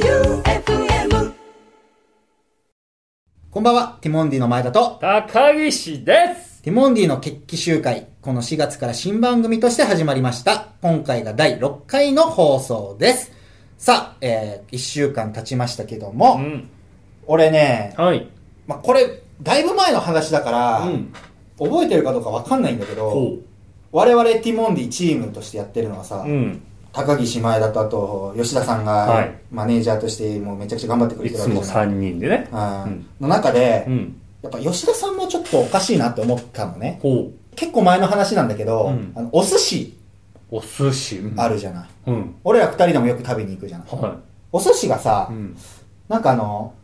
J-O-E-U-F-M こんばんは、ティモンディの前田と、高岸ですティモンディの決起集会、この4月から新番組として始まりました。今回が第6回の放送です。さあ、え1週間経ちましたけども、うん。俺ね、はい。まあ、これ、だいぶ前の話だから、うん覚えてるかどうかわかんないんだけど、我々ティモンディチームとしてやってるのはさ、うん。高岸前田とあと吉田さんはがいマネージャーとしてもうめちゃくちゃ頑張ってくれいてるわつけじゃもない3人でね。あーうんの中で、うん。やっぱ吉田さんもちょっとおかしいなって思ったのね。ほう。結構前の話なんだけど、うんあのお寿司お寿司。あるじゃない。うん。俺ら二人でもよく食べに行くじゃない。はお寿司がさ、い。うん。なんかあの、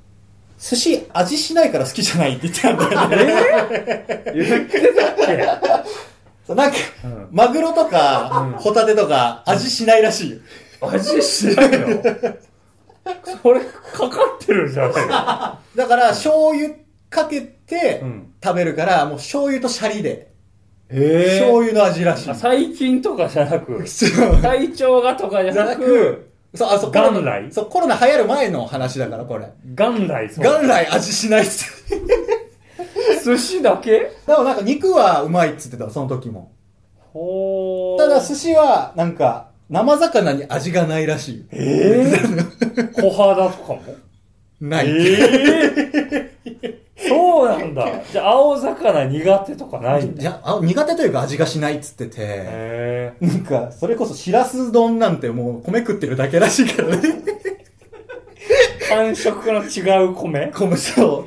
寿司味しないから好きじゃないって言ってたんだよね。 言ってたっけそうなんか、うんマグロとか、うんホタテとか味しないらしいよ。味 しないのそれ、かかってるじゃないだから醤油かけてうん食べるから、もう醤油とシャリで、え醤油の味らしい。最近とかじゃなく、そう体調がとかじゃじゃななくく、、そう、あ、そう、コロナ元来そう、コロナ流行る前の話だから、これ。元来そう。元来味しないっす。寿司だけ でもなんか肉はうまいっつってた、その時も。ほう。ただ寿司は、なんか、生魚に味がないらしい。えぇ小肌とかもない。ええそうなんだ。じゃあ、青魚苦手とかないんだ。じゃあ、苦手というか味がしないっつってて。へなんか、それこそしらす丼なんてもう米食ってるだけらしいから ね。え。感触の違う米米、そう。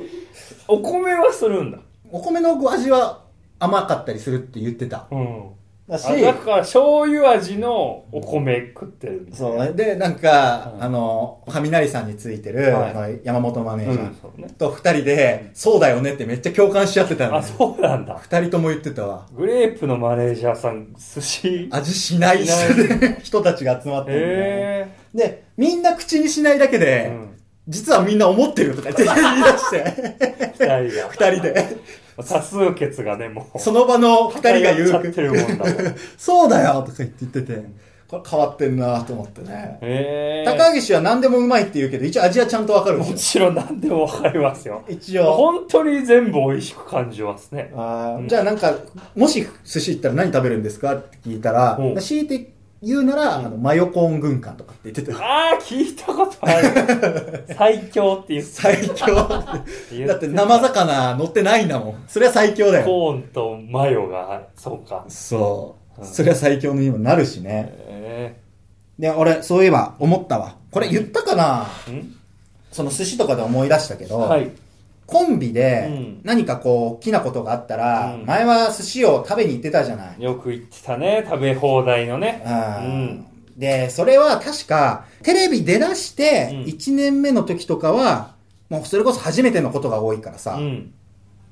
お米はするんだ。お米の味は甘かったりするって言ってた。うん。だし、あだから、醤油味のお米食ってるみたいそうね。で、なんか、うんあの、雷さんについてる、はいあの山本マネージャー、うんそうねと二人で、そうだよねってめっちゃ共感し合ってたな。のあ、ね。そうなんだ。二人とも言ってたわ。グレープのマネージャーさん、寿司。味しないしな 人たちが集まってるんだよね、へで、みんな口にしないだけえ。で、うん。実はみんな思ってるとか言 って言い出して、二人が。二人で。多数決がね、もう。その場の二人が言語り合っちゃってるもんだもん う。 そうだよとか言って言ってて、これ変わってんなと思ってね。へえ。高岸は何でもうまいって言うけど、一応味はちゃんとわかるんもですよ。ちろん何でもわかりますよ。一応。本当に全部美味しく感じますね。あーうんじゃあなんか、もし寿司行ったら何食べるんですかって聞いたらうん、強いて言うなら、あの、マヨコーン軍艦とかって言 ってた。ああ、聞いたこと ある。最強って言って最強。だ言って生魚乗ってないんだもん。それは最強だよ。コーンとマヨが、そうか。そう。うんそれは最強のにもなるしね。えで、俺、そういえば思ったわ。これ言ったかなえんその寿司とかで思い出したけど、はい。コンビでうん何かこう、大きなことがあったら、うん前は寿司を食べに行ってたじゃない。よく言ってたね。食べ放題のね。うんで、それは確か、テレビ出だしてうん、 1年目の時とかは、もうそれこそ初めてのことが多いからさ、うん。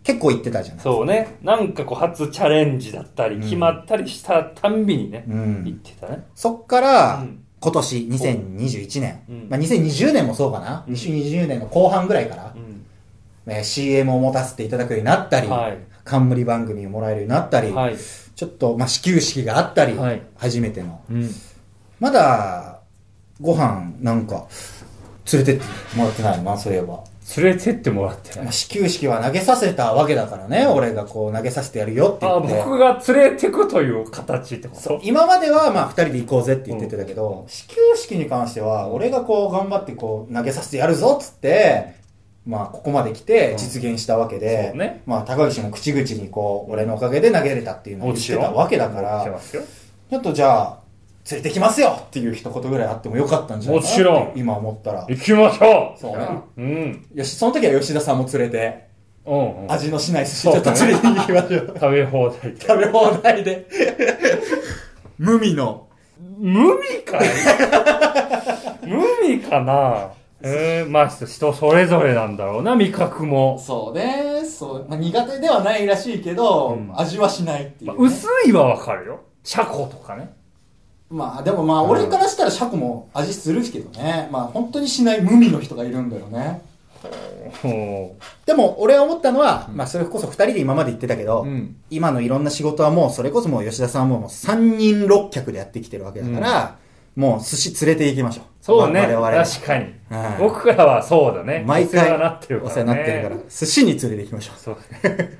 結構行ってたじゃない。そうね。なんかこう、初チャレンジだったり、うん決まったりしたたんびにね、うん言ってたね。そっから、うん今年、2021年、うんまあ、2020年もそうかな、うん2020年の後半ぐらいからう、ん。えー CM を持たせていただくようになったり、はい冠番組をもらえるようになったり、はい。ちょっと、まあ、始球式があったり、はい初めての。うん。まだ、ご飯なんか、連れてってもらってないな、そういえば。連れてってもらってまなあい。始球式は投げさせたわけだからね、俺がこう投げさせてやるよって言あ、って。僕が連れてくという形ってこそうと今まではまあ二人で行こうぜって言ってたけど、始球式に関しては、俺がこう頑張ってこう投げさせてやるぞっつって、まあここまで来て実現したわけで、そうねまあ高岸も口々にこう、俺のおかげで投げれたっていうのを言ってたわけだか思ってらま、すよ。ちょっとじゃあ、連れてきますよっていう一言ぐらいあってもよかったんじゃないかなってもちろん今思ったら。行きましょうそうねうん。よし、その時は吉田さんも連れて、うんうん。味のしない寿司ちょっと連れて行きましょう。食べ放題って。食べ放題で。無味の。無味か い無味かなえー、まあ人それぞれなんだろうな、味覚も。そうね。そう。まあ、苦手ではないらしいけど、うん味はしないっていう、まあね。薄いはわかるよ。シャコとかね。まあ、でもまあ、うん俺からしたらシャコも味するけどね。まあ、本当にしない無味の人がいるんだよね。ほでも、俺思ったのは、まあ、それこそ二人で今まで言ってたけど、うん今のいろんな仕事はもう、それこそもう吉田さんはもう三人六脚でやってきてるわけだから、もう寿司連れて行きましょう。そうね。我々は確かに、はい僕らはそうだね。毎お世回話になってるから、ね。お世話になってるから寿司に連れて行きましょうそうね。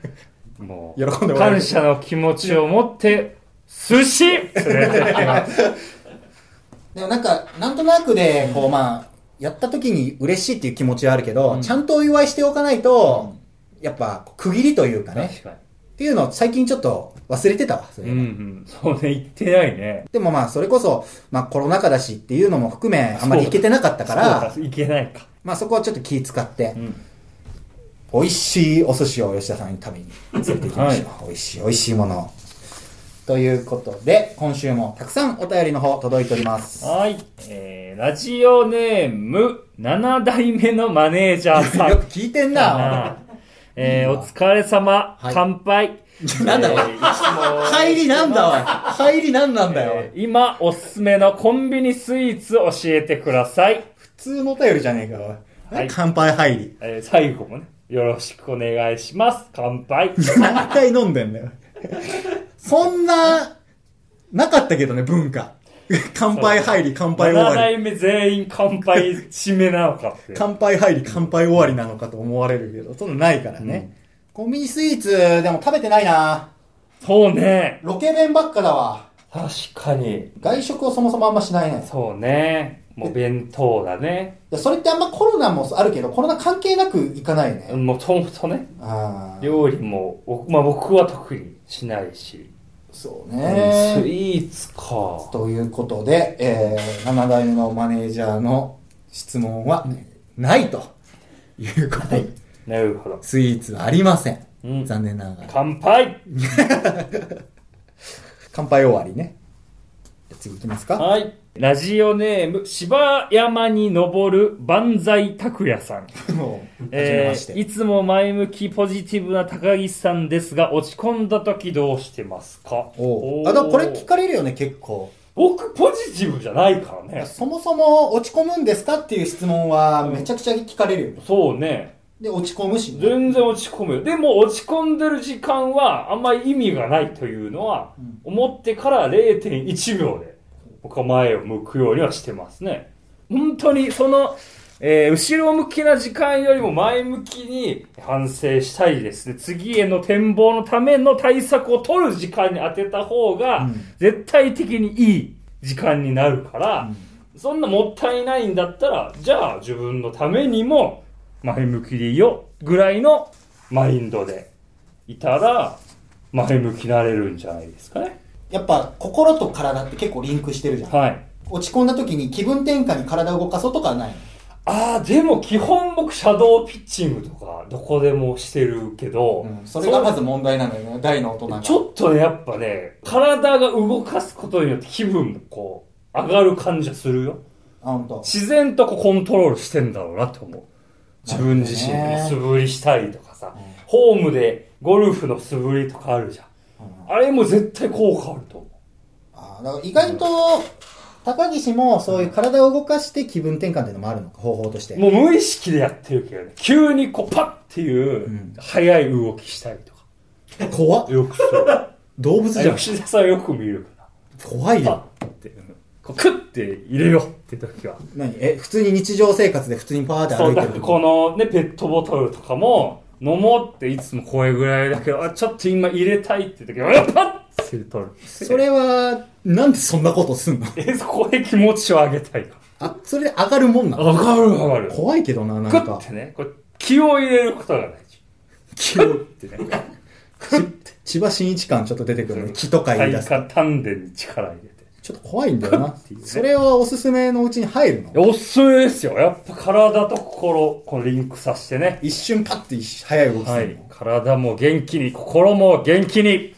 もう、喜んでもらえる感謝の気持ちを持って、寿司連れて行きます。 でもなんかなんとなくでこうまあやった時に嬉しいっていう気持ちはあるけど、うんちゃんとお祝いしておかないと、やっぱ区切りというかね確かに。っていうのを最近ちょっと忘れてたわそれうんうん。そうね、言ってないね。でもまあそれこそ、まあ、コロナ禍だしっていうのも含めあんまり行けてなかったからそういけないか。まあそこはちょっと気使って、うん。美味しいお寿司を吉田さんに食べに連れて行きましょう。美味しい、美味しいものを。ということで、今週もたくさんお便りの方届いております。はい。えー、ラジオネーム、7代目のマネージャーさん。よく聞いてんな。えー、お疲れ様、はい 乾杯。なんだえおいーいつも入りなんだおい。入りなんなんだよ。えー今おすすめのコンビニスイーツ教えてください。普通のお便りじゃねえかおいはい乾杯入り。えー最後もね、よろしくお願いします。乾杯。何回飲んでんだよ。そんな、なかったけどね、文化。乾杯入り、乾杯終7わり。代目全員乾杯締めなのかって。乾杯入り、乾杯終わりなのかと思われるけど、そんなないからね。コンビニスイーツ、でも食べてないなそうね。ロケ弁ばっかだわ。確かに。外食をそもそもあんましないね。そうね。もう弁当だね。いやそれってあんまコロナもあるけど、コロナ関係なくいかないよね。もともとね、ああ。料理も、おまあ僕は特にしないし。そうスね。イーツか。ということで、えー、7代目のマネージャーの質問は、ないということで、なるほど。スイーツはありません。うん残念ながら。乾杯乾杯終わりね。じゃあ次行きますか。はい。ラジオネーム、芝山に登る万歳拓也さん。もう、初めえまして。ーいつも前向きポジティブな高岸さんですが、落ち込んだ時どうしてますかおおうーあ、だからこれ聞かれるよね、結構。僕、ポジティブじゃないからね。そもそも落ち込むんですかっていう質問はめちゃくちゃ聞かれるよね。そうね。で、落ち込むしね、全然落ち込むよ。でも、落ち込んでる時間は、あんまり意味がないというのは、うん思ってから0.1秒で、僕は前を向くようにはしてますね。本当に、その、えー後ろ向きな時間よりも前向きに反省したりですね、次への展望のための対策を取る時間に当てた方うがん、絶対的にいい時間になるから、うんそんなもったいないんだったら、じゃあ自分のためにも前向きでいいよぐらいのマインドでいたら、前向きになれるんじゃないですかね。やっぱ心と体って結構リンクしてるじゃん。はい。落ち込んだ時に気分転換に体を動かそうとかはないのああ、でも基本僕シャドーピッチングとかどこでもしてるけど、それがまず問題なのよね、大の大人が。ちょっとね、やっぱね、体が動かすことによって気分もこう、上がる感じがするよ。あ、ほんと。自然とこうコントロールしてんだろうなと思う。自分自身でなるねほ素ど振りしたりとかさうん、ホームでゴルフの素振りとかあるじゃん。うんあれも絶対効果あると思あだから意外と、高岸もそういう体を動かして気分転換っていうのもあるのか、方法として。う。もう無意識でやってるけどね、急にこうパッっていううんう、速い動きしたりとか。怖っ。よくする。動物じゃん。 吉田さんよく見るか怖いら。よ。パッって、うんこうクッて入れようって時は。何え、普通に日常生活で普通にパーってそ歩ういてだるから時このねペットボトルとかも飲もうっていつも声ぐらいだけどあちょっと今入れたいって時はあパッって取るそれは、なんでそんなことすんのえそこで気持ちを上げたいかあ、それで上がるもんならの上がる上がる怖いけどな、なんクッかて。ねこう気を入れることが大事気を、ってね千葉真一感ちょっと出てくるね。気とか言い出体す。幹丹田に力入れてちょっと怖いんだよなていう。ねそれはおすすめのうちに入るのおすすめですよやっぱ体と心このリンクさせてね一瞬パッて早い動きすはるいの。体も元気に心も元気に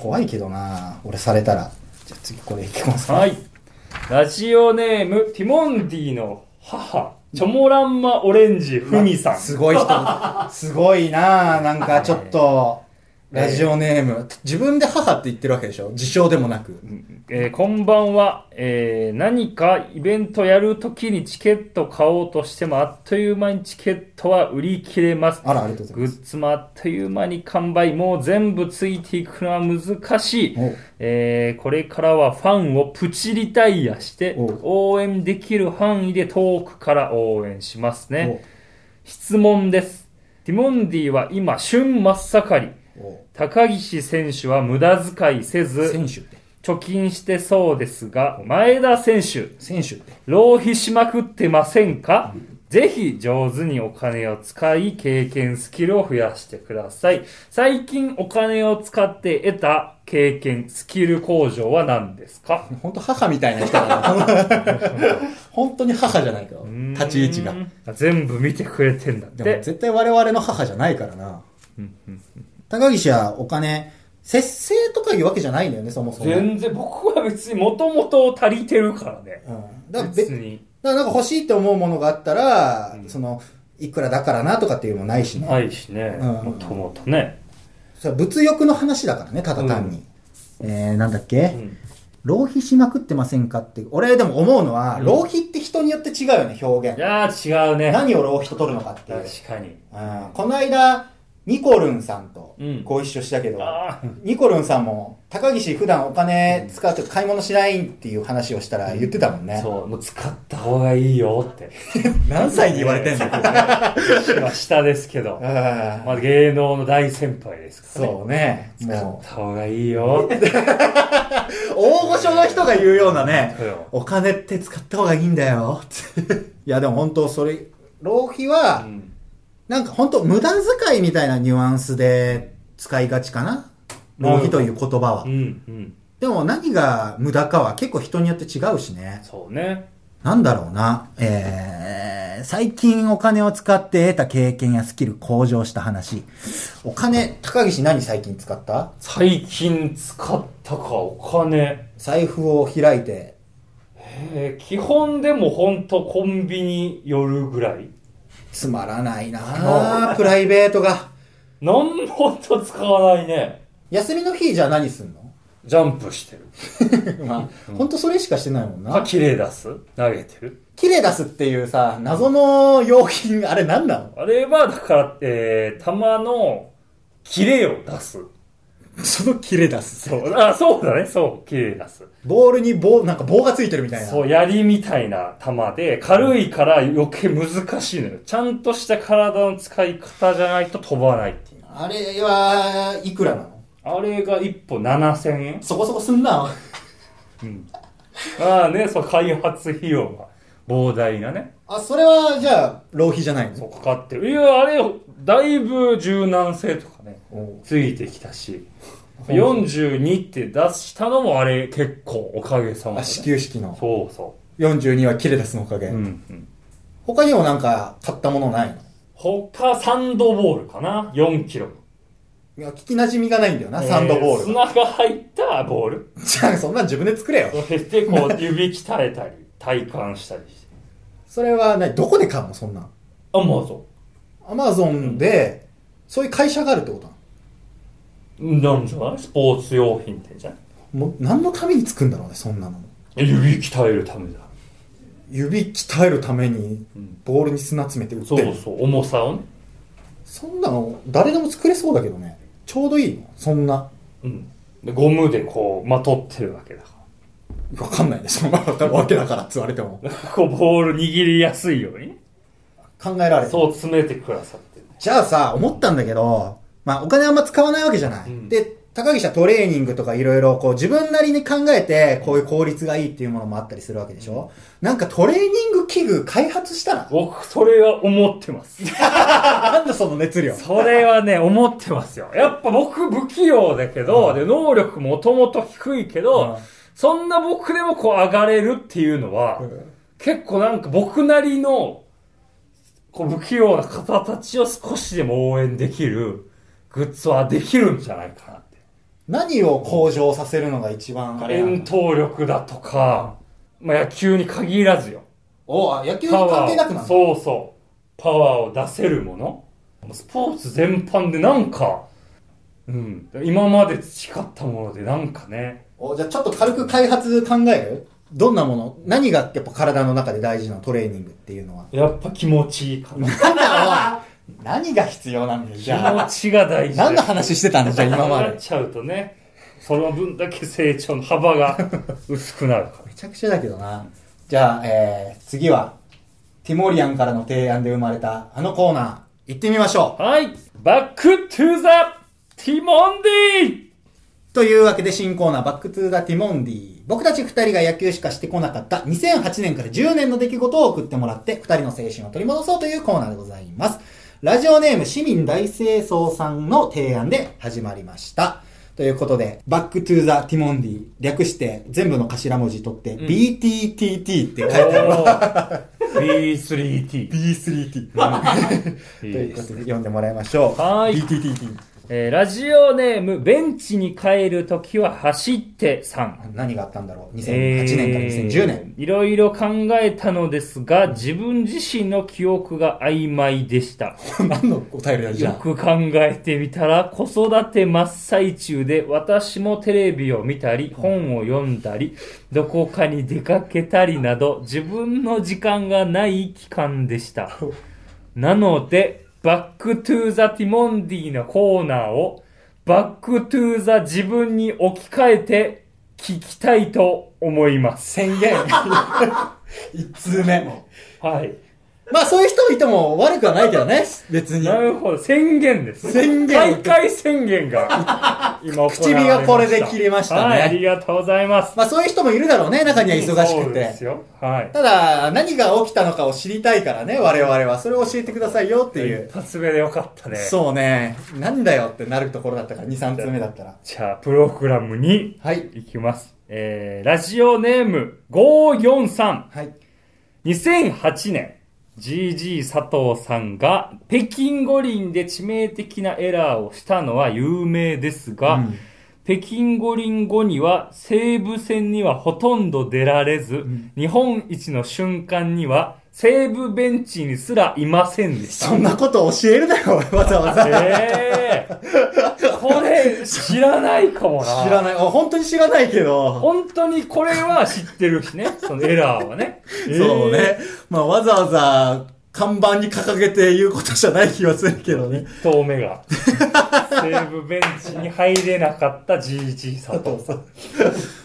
怖いけどな、俺されたら。じゃあ次これいきますか。はい。ラジオネーム、ティモンディの母、チョモランマオレンジふみさん。すごい人。すごいな、なんかちょっと。ラジオネーム、自分で母って言ってるわけでしょ自称でもなく。えーこんばんは、えー何かイベントやるときにチケット買おうとしてもあっという間にチケットは売り切れますあら、ありがとうございグます。ッズもあっという間に完売もう全部ついていくのは難しいお、えーこれからはファンをプチリタイアしてお応援できる範囲で遠くから応援しますね質問ですティモンディは今旬真っ盛りおお高岸選手は無駄遣いせず選手って。貯金してそうですが、前田選手、選手って。浪費しまくってませんかぜひ上手にお金を使い、経験スキルを増やしてください。最近お金を使って得た経験、スキル向上は何ですか本当母みたいな人だな。 本当に母じゃないか。 立ち位置が。。あ全部見てくれてんだっでもて。絶対我々の母じゃないからな。高岸はお金、節制とかいうわけじゃないんだよね、そもそも。全然、僕は別にもともと足りてるからね。うん、だからべ別に。だからなんか欲しいと思うものがあったら、うんその、いくらだからなとかっていうのもないしね。ないしね、うんもともとね。それは物欲の話だからね、ただ単に。えー、なんだっけ、うん浪費しまくってませんかって、俺でも思うのは、うん浪費って人によって違うよね、表い現。やー違うね。何を浪費と取るのかっていう。確かに。うん、この間、ニコルンさんとうんご一緒したけど、あーニコルンさんも、高岸普段お金使って買い物しないっていう話をしたら言ってたもんね。そう、もう使った方がいいよって。何歳に言われてん の、年は下ですけど。 うんまあ芸能の大先輩ですから、ね。そうね。使もった方がいいよって。う、大御所の人が言うようなねそうよ、お金って使った方がいいんだよ っていや、でも本当それ、浪費は、うんなんか本当無駄遣いみたいなニュアンスで使いがちかな。浪費という言葉はう。ん、うん。でも何が無駄かは結構人によって違うしね。そうね。なんだろうな。えー、最近お金を使って得た経験やスキル向上した話。お金、高岸何最近使った最近使ったか、お金。財布を開いて。えー基本でもほんとコンビニ寄るぐらい。つまらないなああプライベートが。なんもほんと使わないね。休みの日じゃあ何すんの ジャンプしてる。まあ、ほんとそれしかしてないもんあ、な。綺麗出す投げてる。綺麗出すっていうさ、謎の用品、あれ何なのあれは、だから、えー、玉の切れを出す。その綺麗出す。そう、あ、そうだね、そう、切れ出す。ボールに棒、なんか棒がついてるみたいな。そう、槍みたいな玉で、軽いから余計難しいのよ。ちゃんとした体の使い方じゃないと飛ばないっていう。あれは、いくらなのあれが一歩7000円そこそこすんな。ああね、そう、開発費用が膨大なね、あ、それは、じゃあ、浪費じゃないそうのかかってる。いや、あれ、だいぶ柔軟性とかね、おついてきたし、42って出したのもあれ結構おかげさまあ、で。始球式の。そうそ42は綺麗出すのおかげ。う。うん、うん。他にもなんか、買ったものないの他、サンドボールかな ?4 キロ。いや、聞き馴染みがないんだよな、サンドボーえル。砂が入ったボール。じゃあ、そんなん自分で作れよ。そして、こう、指鍛えたり、体感したりして。それはね、どこで買うのそんなん。アマゾアマゾンで、そういう会社があるってことなのン。なんじゃないスポーツ用品店じゃないもう、何のために作るんだろうね、そんなの。指鍛えるためだ。指鍛えるためにうん、ボールに砂詰めて打ってそるうそう、重さをね。そんなの、誰でも作れそうだけどね。ちょうどいいのそんな。うん。でゴムでこう、まとってるわけだかわかんないね。そのまま多分わけだからって言われても。ら。 こう、ボール握りやすいようにね。考えられる。そう詰めてくださってるね。じゃあさ、思ったんだけど、まあお金あんま使わないわけじゃない。うんで、高岸はトレーニングとかいろいろこう自分なりに考えて、こういう効率がいいっていうものもあったりするわけでしょ、なんかトレーニング器具開発したら僕、それは思ってます。なんだその熱量。 それはね、思ってますよ。やっぱ僕不器用だけど、で、能力もともと低いけど、うんそんな僕でもこう上がれるっていうのは、うん結構なんか僕なりの、こう不器用な方たちを少しでも応援できるグッズはできるんじゃないかなって。何を向上させるのが一番あれなの連投力だとか、まあ野球に限らずよ。おあ野球に関係なくなるのそうそう。パワーを出せるもの。スポーツ全般でなんか、うん。今まで培ったもので、なんかね。おじゃあちょっと軽く開発考えるどんなもの何がやっぱ体の中で大事なトレーニングっていう のはやっぱ気持ちいいかな。何が必要なんだよじ 気持ゃあちが大事だよ何の話してたんだじゃあ今まなっでちゃうとね、その分だけ成長の幅が 薄くなるから。めちゃくちゃだけどなじゃあ、えー、次はティモリアンからの提案で生まれたあのコーナー行ってみましょうはい。バックトゥーザティモンデ ィというわけで新コーナー、バックトゥーザティモンディ。僕たち二人が野球しかしてこなかった2008年から10年の出来事を送ってもらって、二人の青春を取り戻そうというコーナーでございます。ラジオネーム市民大清掃さんの提案で始まりました。ということで、バックトゥーザティモンディ、略して全部の頭文字取って、BTTT って書いてある。おー B3T。 B3T。といいいうでことすで、読んでもらいましょう。はーい BTTT。えーラジオネーム、ベンチに帰るときは走ってさん。何があったんだろう ?2008 年から2010年。えーいろいろ考えたのですが、自分自身の記憶が曖昧でした。何のお便りだじゃよあく考えてみたら、子育て真っ最中で、私もテレビを見たり、本を読んだり、どこかに出かけたりなど、自分の時間がない期間で した。なので、バックトゥーザティモンディのコーナーを、バックトゥーザ自分に置き換えて、聞きたいと思います。宣言 一通目はい。まあそういう人もいても悪くはないけどね別になるほど。宣言です。宣言大会宣言 が、今行われました唇がこれで切れましたねはい、ありがとうございます。まあそういう人もいるだろうね中には忙しそくうですてよ。はい。ただ何が起きたのかを知りたいからね我々はそれを教えてくださいよっていう一発目でよかったね。そうねなんだよってなるところだったから23通目だったらじゃあ、プログラムにはい行きます。えー、ラジオネーム543。はい2008年、GG 佐藤さんが北京五輪で致命的なエラーをしたのは有名ですが、うん北京五輪後には西武戦にはほとんど出られず、日本一の瞬間には西武ベンチにすらいませんでした。そんなこと教えるなよ わざわざえー、これ知らないかもな。知らい。ないあ本当に知らないけど本当にこれは知ってるしね、そのエラーはね。 そうね。まあわざわざ看板に掲げて言うことじゃない気はするけどね。 1投目が西武ベンチに入れなかった GG 佐藤さん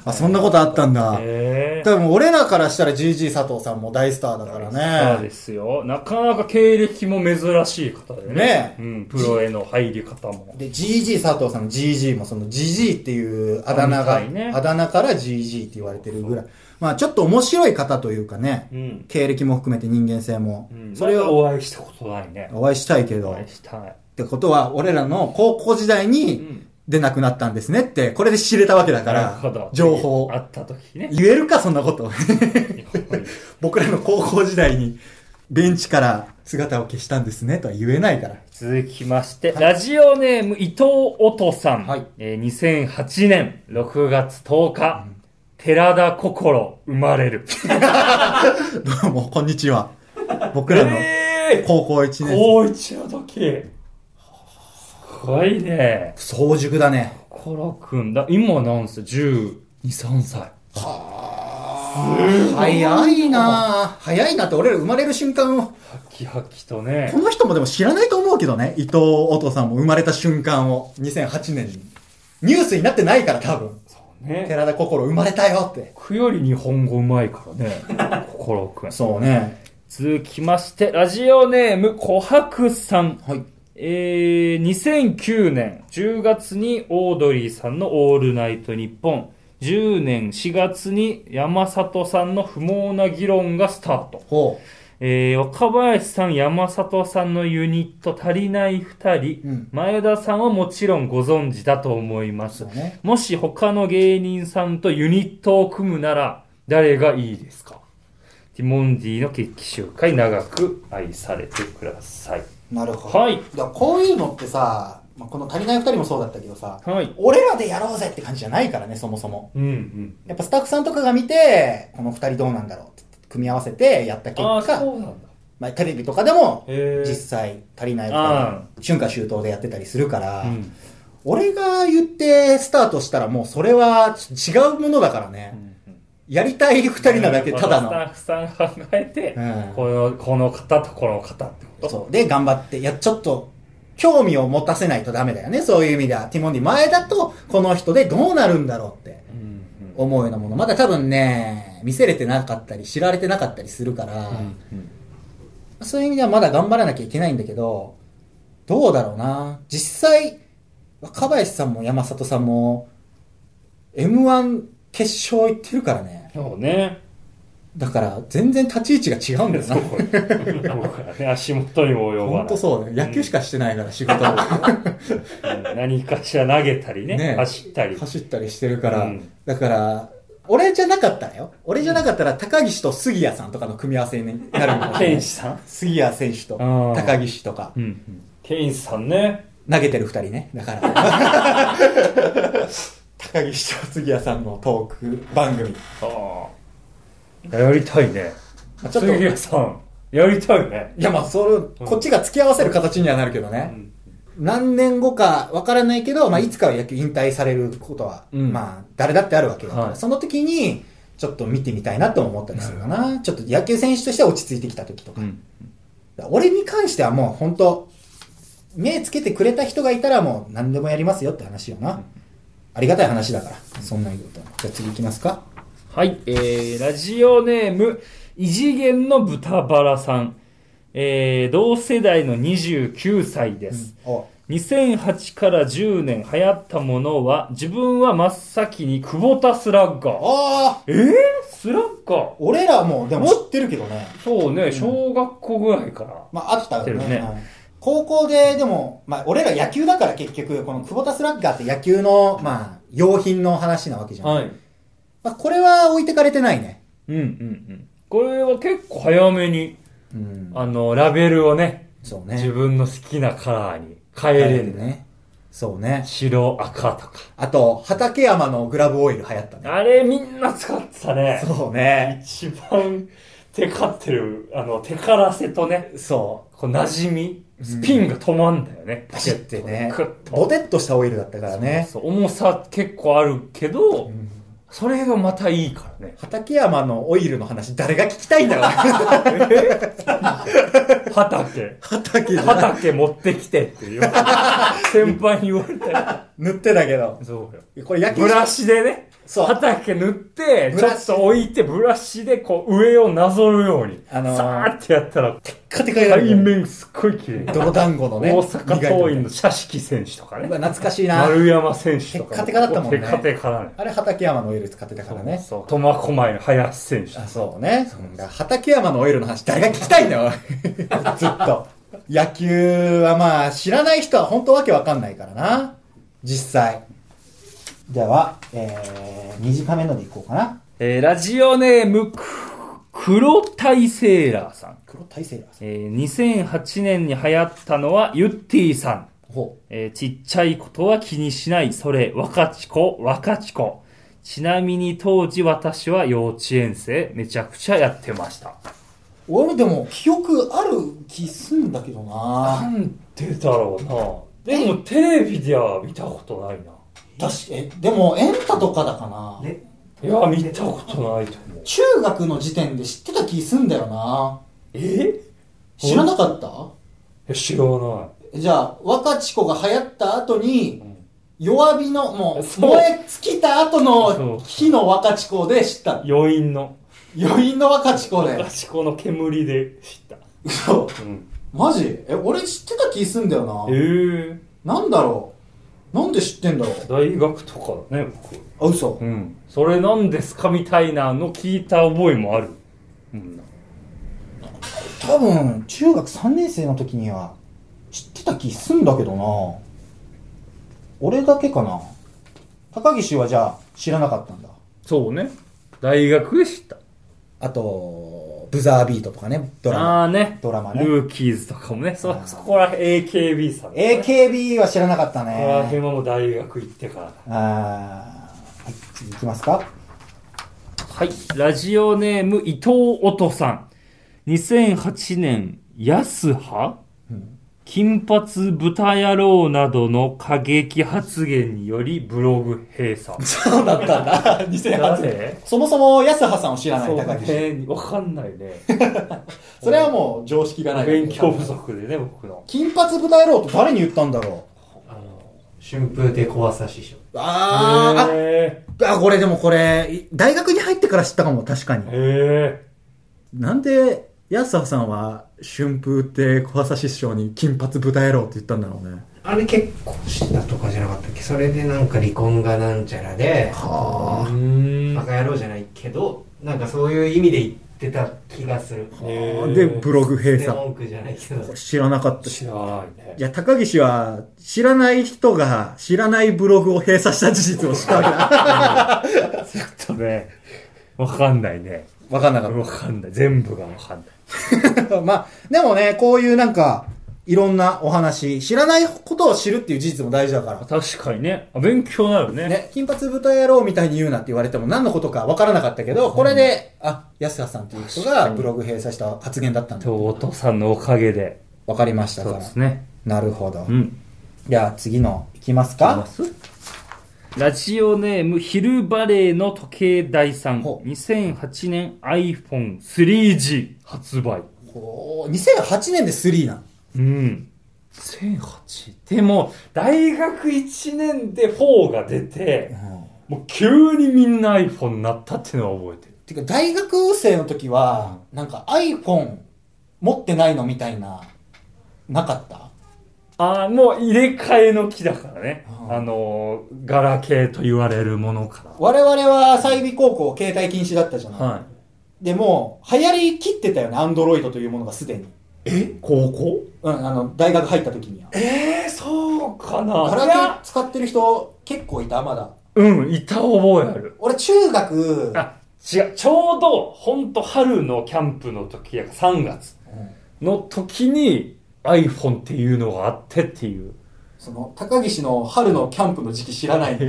あ、そんなことあったんだ。 へえでも俺らからしたら GG 佐藤さんも大スターだからそうね。ですよなかなか経歴も珍しい方でねねえうん、プロへの入り方もで、GG 佐藤さんの GG もその GG っていうあだ名が、みたいねあだ名から GG って言われてるぐらい。まあちょっと面白い方というかね、うん、経歴も含めて人間性も。うん、そそれれはをお会いしたことないねお会いしたいけおど、会いっしたいてことは俺らの高校時代うにん出なくなったんですねって、これで知れたわけだかなるほらど、情報あ。った時 ね言えるか、そんなこと。僕らの高校時代に、ベンチから姿を消したんですね、とは言えないから。続きまして、ラジオネーム伊藤音さん、はいえー2008年6月10日、寺田心生まれるどう も、こんにちは。僕らのええ高校1年生。高1の時。すごいね。早熟だね。コロくんだ。今なんすよ、12、3歳。早いなぁ早いなって、俺ら生まれる瞬間を、ハキハキとねこ。の人もでも知らないと思うけどね、伊藤音さんも生まれた瞬間を、2008年に。ニュースになってないから、多分。そうね。寺田心生まれたよって。僕より日本語うまいからね。 コロくん。そうね。続きまして、ラジオネーム、琥珀さん。はい。えー、2009年10月にオードリーさんの「オールナイトニッポン」10年4月に山里さんの不毛な議論がスタート。ほえー若林さん、山里さんのユニット足りない2人、うん前田さんはもちろんご存知だと思いまう。す。そうね。もし他の芸人さんとユニットを組むなら、誰がいいですかティモンディの決起集会、長く愛されてください。なるほど。はい。いやこういうのってさ、まあ、この足りない二人もそうだったけどさ、はい。俺らでやろうぜって感じじゃないからね、そもそも。うんうん。やっぱスタッフさんとかが見て、この二人どうなんだろうって組み合わせてやった結ああ、果、そうなんだ。まあ、テレビとかでもへえ実際足りないあ春夏秋冬でやってたりするから、うん俺が言ってスタートしたらもうそれは違うものだからね。やりたい二人なだけ、ただのスタ。ッフさんが考えて、うんこの、この方とこの方ってこと。そう。で、頑張って。いや、ちょっと、興味を持たせないとダメだよね。そういう意味では。ティモンディ。前だと、この人でどうなるんだろうって思うようなもの。まだ多分ね、見せれてなかったり、知られてなかったりするから、そういう意味ではまだ頑張らなきゃいけないんだけど、どうだろうな。実際、若林さんも山里さんも、M1 決勝行ってるからね。そうね。だから、全然立ち位置が違うんだよ そう。な。僕は ね、足元にも及ばない。ほんとそうね。野球しかしてないから、仕事を。 うん何かしら投げたりね、ね走ったり。走ったりしてるから、うんだから、俺じゃなかったらよ。俺じゃなかったら、高岸と杉谷さんとかの組み合わせになる んだよねケインさん杉谷選手とあー高岸とか、ケインさんね。投げてる二人ね。だから。 高岸と杉谷さんのトーク番組。ああ。やりたいね。まあちょっと、杉い谷さん、やりたいね。やまあ、それ、こっちが付き合わせる形にはなるけどね。何年後かわからないけど、まあ、いつかは野球引退されることは、うんまあ、誰だってあるわけだから、はいその時に、ちょっと見てみたいなとも思ったりするかな。ちょっと野球選手としては落ち着いてきた時とか。うん俺に関してはもう本当目つけてくれた人がいたらもう何でもやりますよって話よな。ありがたい話だから。そんなこと。じゃあ次行きますか。はい、えー、ラジオネーム、異次元の豚バラさん。えー、同世代の29歳です。お2008から10年流行ったものは、自分は真っ先に久保田スラッガー。ああえー、スラッガー俺らもでも知ってるけどね。そうね、小学校ぐらいから。まあ、あったよ知っね。てるねうん高校で、でも、まあ、俺ら野球だから結局、この久保田スラッガーって野球の、まあ、用品の話なわけじゃん。い。まあ、これは置いてかれてないね。うんうんうん。これは結構早めに、うん。あの、ラベルをね、そう自ね。分の好きなカラーに変えれるね。ね。そうね。白、赤とか。あと、畠山のグラブオイル流行ったね。あれみんな使ってたね。そうね。一番テカってる、あの、テカらせとね、そこう馴染み、スピンが止まんだよね。う。パシッてねクッ。と。ボテッとしたオイルだったからね。そう重さ結構あるけど、うん。それがまたいいからね 畠山のオイルの話、誰が聞きたいんだろう。 畑。畠山。畑持ってきてっていう。先輩に言われたよ。塗ってたけど。そうよ。これ野球ブラシでね、そう畑塗って、ブちょラシっと置いて、ブラシでこう上をなぞるように、あのーさーってやったら、カテカになる海よね面すっごい綺麗に。泥団子のね。大阪桐蔭磨いての社敷選手とかみたいね、なうわ懐かしいな。丸山選手とか。テッカテカだったもんねテッカテカだね。あれ、畠山のオイル使ってたからね。そう、苫小牧の林選手とかあ、そうね。だから畠山のオイルの話、誰が聞きたいん だよ。ずっと。野球はまあ、知らない人は本当わけわかんないからな。実際。では、えー、短めのでいこうかな。えーラジオネーム、く黒大セーラーさん。黒大セーラーさえー2008年に流行ったのは、ゆってぃさん。ん。ほえーちっちゃいことは気にしない、それ、若ちこ、若ちこ。ちなみに当時私は幼稚園生、めちゃくちゃやってました。う。俺もでも、記憶ある気すんだけどななんでだろうな。でもテレビでは見たことないな。確かえ、でも、エンタとかだかな、いや、見たことないと思う。中学の時点で知ってた気すんだよなえ知らなかったいや知らない。じゃあ、若智子が流行った後に、弱火の、もう、そう燃え尽きた後のそう火の若智子で知った。余韻の。余韻の若智子でガ。チコの煙で知った。嘘。うん。マジえ、俺知ってた気すんだよええな。なんだろう。なんで知ってんだろう。大学とかだね、僕。あ、嘘。うん。それなんですかみたいなの聞いた覚えもある。うん。多分、中学3年生の時には、知ってた気すんだけどな。俺だけかな。高岸はじゃあ、知らなかったんだ。そうね。大学で知った。あと、ブザービートとかね、ドラマ。ああね。ドラマねルーキーズとかもね。そあ、ーそこら辺 AKB さん、ね。こ AKB は知らなかったこら辺ね。はもう大学行ってからだ。あーはい、次行きますか。はい。ラジオネーム、伊藤音さん。2008年、安葉、金髪豚野郎などの過激発言によりブログ閉鎖。そうだったん だ。な2008年。ぜそもそも安葉さんを知らなそいう高岸。ね、わかんないね。それはもう常識がない。勉強不。足でね、僕の。金髪豚野郎って誰に言ったんだろうあの、春風亭小朝師匠。あーへあ、あ、これでもこれ、い大学に入ってから知ったかも、確かーに。へなんで、安葉さんは、春風亭小朝師匠に金髪豚野郎って言ったんだろうね。あれ結婚したとかじゃなかったっけそれでなんか離婚がなんちゃらで、はーうーんバカ野郎じゃないけど、なんかそういう意味で言ってた気がする。へあ。ーで、ブログ閉で鎖。文句じゃないけど。知らなかったし。知らないねい。や、高岸は、知らない人が、知らないブログを閉鎖した事実を知ったわけだ。ちょっとね、わかんないね。 わかんなわかんない。全部がわかんない。った。 まあ、でもね、こういうなんか、いろんなお話、知らないことを知るっていう事実も大事だから。確かにね。あ勉強になるね。ね、金髪豚野郎みたいに言うなって言われても何のことかわからなかったけど、これで、あ、安田さんという人がブログ閉鎖した発言だったんだと。お父さんのおかげで。わかりましたそかうらで。すね。なるほどう。ん。じゃあ次の、いきますかラジオネーム、ヒルバレーの時計台さん。ほう2008年 iPhone3G 発売。おー2008年で3なん。うん。2008? でも、大学1年で4が出て、もう急にみんな iPhone になったっていうのは覚えてる。てか大学生の時は、なんか iPhone 持ってないのみたいな、なかったああ、もう入れ替えの木だからね。ああのー、ガラケーと言われるものか我々は西美高校携帯禁止だったじゃら。ない、はでも、流行り切ってたよね、アンドロイドというものがすでに。い。え高校うん、あの、大学入った時には。ええそうかな。ガいラケーや使ってる人結構いた、まだ。うん、いた覚えある。俺、中学、あ、違う。ちょうど、ほんと春のキャンプの時やから、3月うんの時に iPhone っていうのがあってっていう。その、高岸の春のキャンプの時期知ら ない。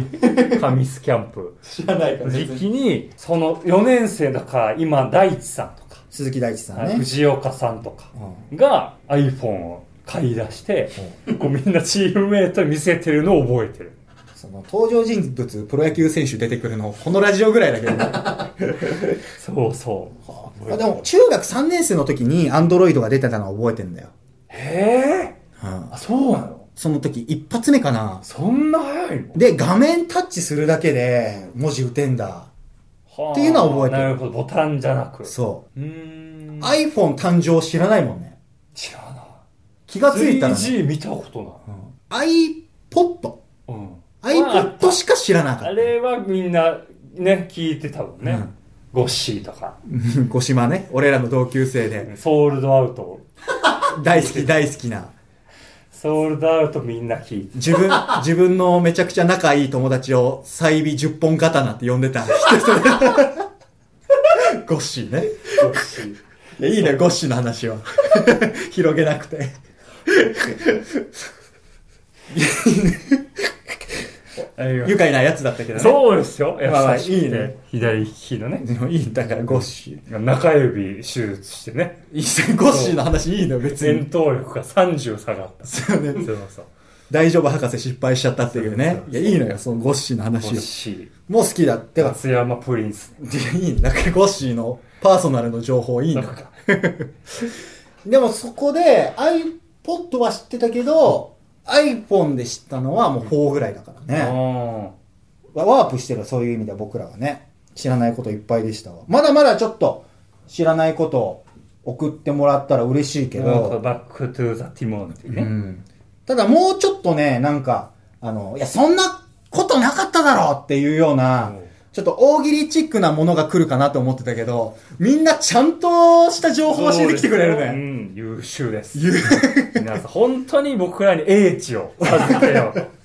神スキャン プ。知らないから、時別に期に、その4年生だから、今、大地さんとか、鈴木大地さんね。藤岡さんとかうんが iPhone を買い出して、こうみんなチームメイトに見せてるのを覚えてる。その登場人物、プロ野球選手出てくるの、このラジオぐらいだ けどね。そうそう。あでも、中学3年生の時にアンドロイドが出てたのは覚えてんだよ。へえ。うんあ、そうなのその時、一発目かな。そんな早いので、画面タッチするだけで文字打てんだ。はあっていうのは覚えてるなるほど、ボタンじゃなく。。そううーう。ん。 iPhone 誕生知らないもんね。知らない。気がついたら、ね。 3G 見たことな iPod。い。うん。 iPod しか知らなかあった。れはみんな、ね、聞いてたもんね。うんゴッシーとか、 五島ね。俺らの同級生で。ソールドアウト。大好き大好きな。ソールドアウトみんな聞いて。自 分、自分のめちゃくちゃ仲いい友達を、細尾10本刀って呼んでた人 で。ゴッシーね。ゴッシー。いやいいね、ゴッシーの話は。 広げなくて。愉快なやつだったけどね。そうですよ。まあまあ優しくていいね。左利きのね。でもいいんだから、ゴッシ中指手術してね。ー。いいねゴッシーの話いいの、別前に。頭力が30下がった。そそうねうそう。大丈夫博士失敗しちゃったっていうねそ。ういや、いいのよ、そのゴッシーのゴ話ッはシー。もう好きだってか、松山プリンス。いやいいんだから、ゴッシーのパーソナルの情報いいんなだん。か、でもそこで iPod は知ってたけど、iPhone で知ったのはもう4ぐらいだからね。あワープしてるそういう意味では僕らはね、知らないこといっぱいでしたわ。まだまだちょっと知らないことを送ってもらったら嬉しいけーなんかど、バックトゥザティモンっていううね。ん、ただもうちょっとね、なんか、あの、いや、そんなことなかっただろうっていうようなうん、ちょっと大喜利チックなものが来るかなと思ってたけど、みんなちゃんとした情報を教えてきてくれるうね。ん、優秀です。優皆さん、本当に僕らに英知を 授けようと。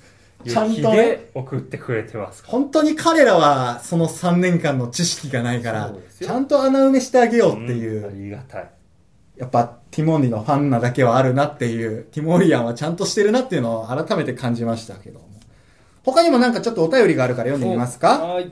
ちゃんとねいう気で送ってくれてますから。本当に彼らはその3年間の知識がないからそうで、すちよゃんと穴埋めしてあげようっていんあう、りがたい。やっぱティモンディのファンなだけはあるなっていう、ティモリアンはちゃんとしてるなっていうのを改めて感じましたけども。他にもなんかちょっとお便りがあるから読んでみますかはい。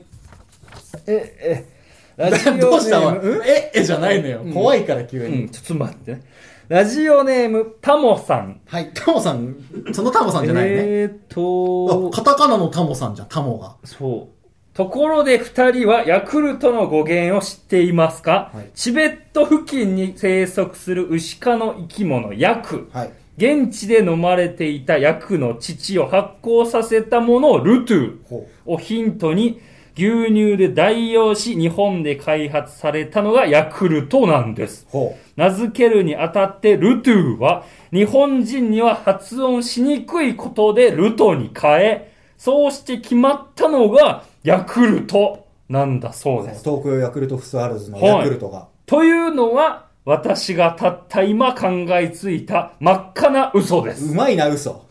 え、え、ラジオネームどうしたわうん。え、えじゃないのよ。うん怖いから急うん、に。ちょっと待ってね。ラジオネーム、タモさん。はい、タモさん、そのタモさんじゃないね。えーっとあ、カタカナのタモさんじゃん、タモが。そう。ところで二人はヤクルトの語源を知っていますか、はいチベット付近に生息する牛科の生き物、ヤク。はい。現地で飲まれていたヤクの乳を発酵させたものをルトゥほをヒントに牛乳で代用し日本で開発されたのがヤクルトなんですう。。ほ名付けるにあたってルトゥは日本人には発音しにくいことでルトに変え、そうして決まったのがヤクルトなんだそうう。です。東京ヤクルトフスワローズのはいヤクルトが。というのは私がたった今考えついた真っ赤な嘘です。うまいな、嘘。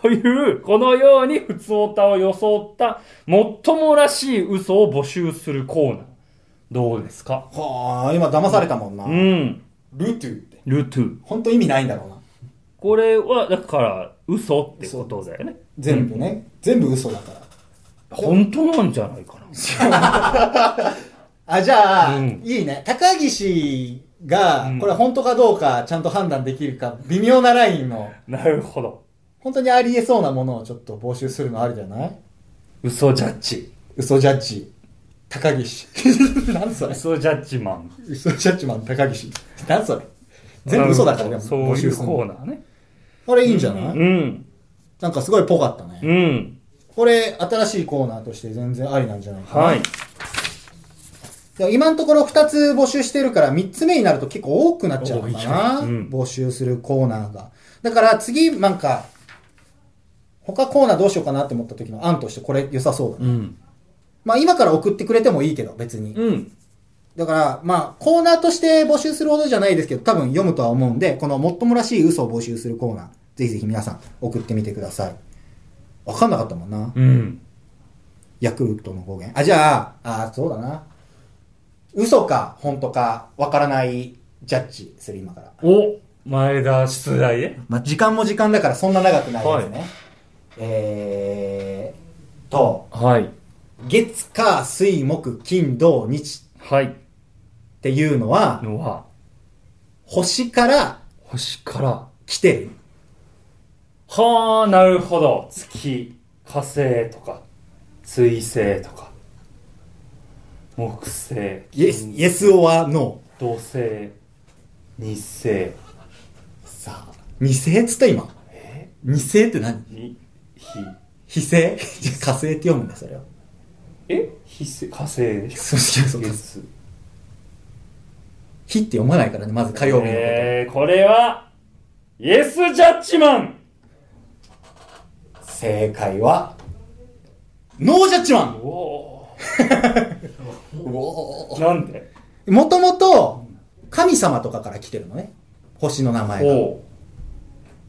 という、このように普通歌を装った、もっともらしい嘘を募集するコーナー。どうですかはあ、今騙されたもんなう。ん。ルトゥって。ルトゥ。本当意味ないんだろうな。これは、だから、嘘ってことだよね。全部ね。全部嘘だから。本当なんじゃないかな。あ、じゃあ、うんいいね。高岸がうん、これ本当かどうかちゃんと判断できるか、微妙なラインの、なるほど。本当にありえそうなものをちょっと募集するのあるじゃない嘘ジャッジ。嘘ジャッジ、高岸。 何それ嘘ジャッジマン。嘘ジャッジマン、高岸。何それ全部嘘だからね、そうそう募い集うするコーの。ナーね。これいいんじゃない、うん。なんかすごいぽかったね。うん。これ、新しいコーナーとして全然ありなんじゃないかな。はい。でも今のところ2つ募集してるから3つ目になると結構多くなっちゃうの多いかじゃな、んうん募集するコーナーが。だから次なんか他コーナーどうしようかなって思った時の案としてこれ良さそうだね、うん。まあ今から送ってくれてもいいけど別に。うん。だからまあコーナーとして募集するほどじゃないですけど多分読むとは思うんでこのもっともらしい嘘を募集するコーナーぜひぜひ皆さん送ってみてください。わかんなかったもんな。うん。ヤクルトの語源。あ、じゃあ、あ、そうだな。嘘か、本当か、わからないジャッジする今から。お前田出題へ。まあ、時間も時間だからそんな長くないですね。えーと、はい。月、火、水、木、金、土、日はい。っていうのは、のは、星から星から、来てる。はあ、なるほど。月、火星とか、水星とか、木星、イエス、イエスオアノー。土星、日星、さあ、二星っつった今。二星って何に、ひ、非星 火星って読むんだよ、それは。え火星、火星でしょそうそうそう。月。火って読まないからね、まず火曜日のこと。えー、これは、イエスジャッジマン正解は、ノージャッジマンおおーなんでもともと、神様とかから来てるのね。星の名前おが。お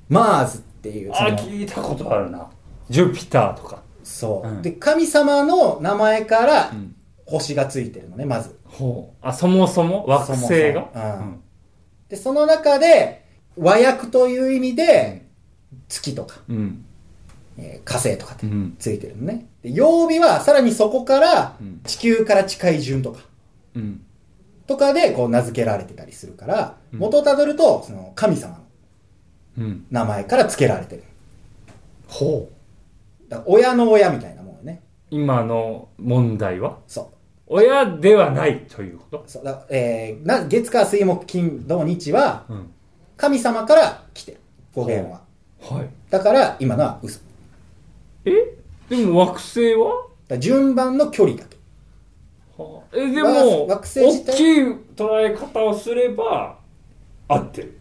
マーズっていう、そあ、の、聞いたことあるな。ジュピターとか。そう、うんで、神様の名前からん、星がついてるのね、まず。ほう。あ、そもそも惑星がそもそもうんで、その中で、和訳という意味で、月とか、うん。えー火星とかってん。ついてるのね。で、曜日は、さらにそこからうん、地球から近い順とか。うん。とかでこう名付けられてたりするから、元をたどるとその神様のうん。名前から付けられてる。ほう。だから親の親みたいなもんよね。今の問題はそ親ではないということう。そうだえー、な月火水木金土日はうん。神様から来てる。語源は。はい。だから今のは嘘。だかえでも惑星は、ら順番の距離だけ。はあえ、でわも、惑星自体大きい捉え方をすれば、合ってる。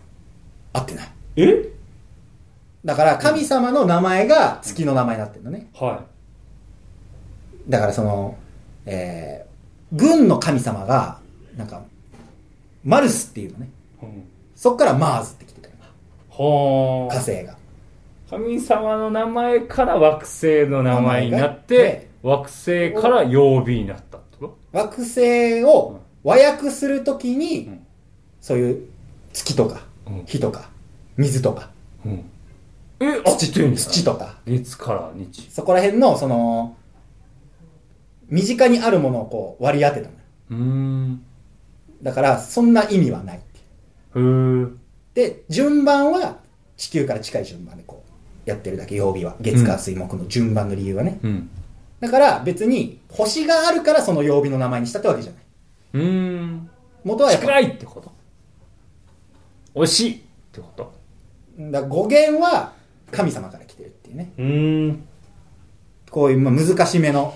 合ってない。えだから神様の名前が月の名前になってるのね。はだからその、えー、軍の神様が、なんか、マルスっていうのね。い。うん、そっからマーズって来てたよ。は火あ。星が。神様の名前から惑星の名前になっ名前がて、惑星から曜日になったってこ惑星を和訳するときに、うんそういう月とかうん火とか水とかとうん。え、合ってるんです土とか月から日。そこら辺のその身近にあるものをこう割り当てたのよううーん。だから、そんな意味はないっていうへーで、順番は地球から近い順番でこう、やってるだけ、曜日は。月火水木の順番の理由はね。うん。だから別に、星があるからその曜日の名前にしたってわけじゃない。うーん。元はやっぱ近、いってこと惜しいってことだから語源は神様から来てるっていうね。うーん。 こういうまあ難しめの。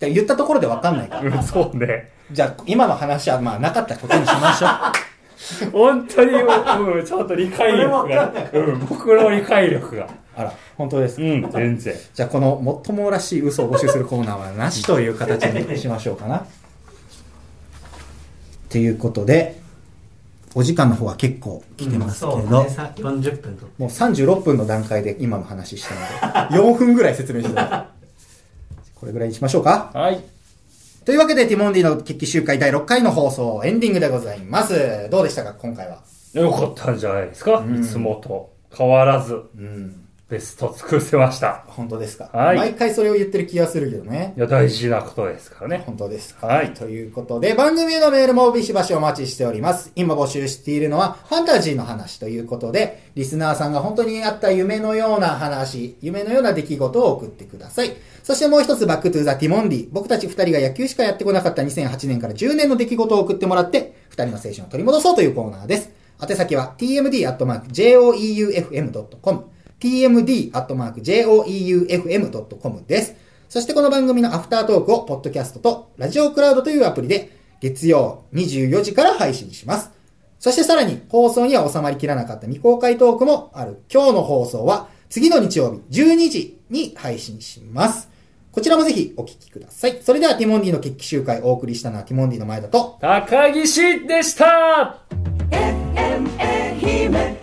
だから言ったところでわかんないから。そうね。じゃあ、今の話はまあなかったことにしま しょう。本当に、うん、ちょっと理解力が、うん、僕の理解力が。あら、本当ですか。うん、全然。じゃあ、このもっともらしい嘘を募集するコーナーはなしという形にしましょうかな。ということで、お時間の方は結構来てますけれど、そうねさ40分ともう36分の段階で今の話したので、4分ぐ らい説明してた。これぐらいにしましょうか。はい。というわけで、ティモンディの決起集会第6回の放送、エンディングでございます。どうでしたか、今回は。よかったんじゃないですか、いつもと変わらず、うん。ベスト尽くせました。本当ですか。はい毎回それを言ってる気がするけどね。いや、大事なことですからね。本当ですか。はいということで、番組へのメールもビシバシお待ちしております。今募集しているのは、ファンタジーの話ということで、リスナーさんが本当にあった夢のような話、夢のような出来事を送ってください。そしてもう一つ、バックトゥーザティモンディ。僕たち二人が野球しかやってこなかった2008年から10年の出来事を送ってもらって、二人の青春を取り戻そうというコーナーです。宛先は tmd.joeufm.com tmd.joeufm.com です。そしてこの番組のアフタートークを、ポッドキャストと、ラジオクラウドというアプリで、月曜24時から配信します。そしてさらに、放送には収まりきらなかった未公開トークもある。今日の放送は、次の日曜日12時に配信します。こちらもぜひお聞きください。それでは、ティモンディの決起集会お送りしたのは、ティモンディの前だと、高岸でした FM 愛媛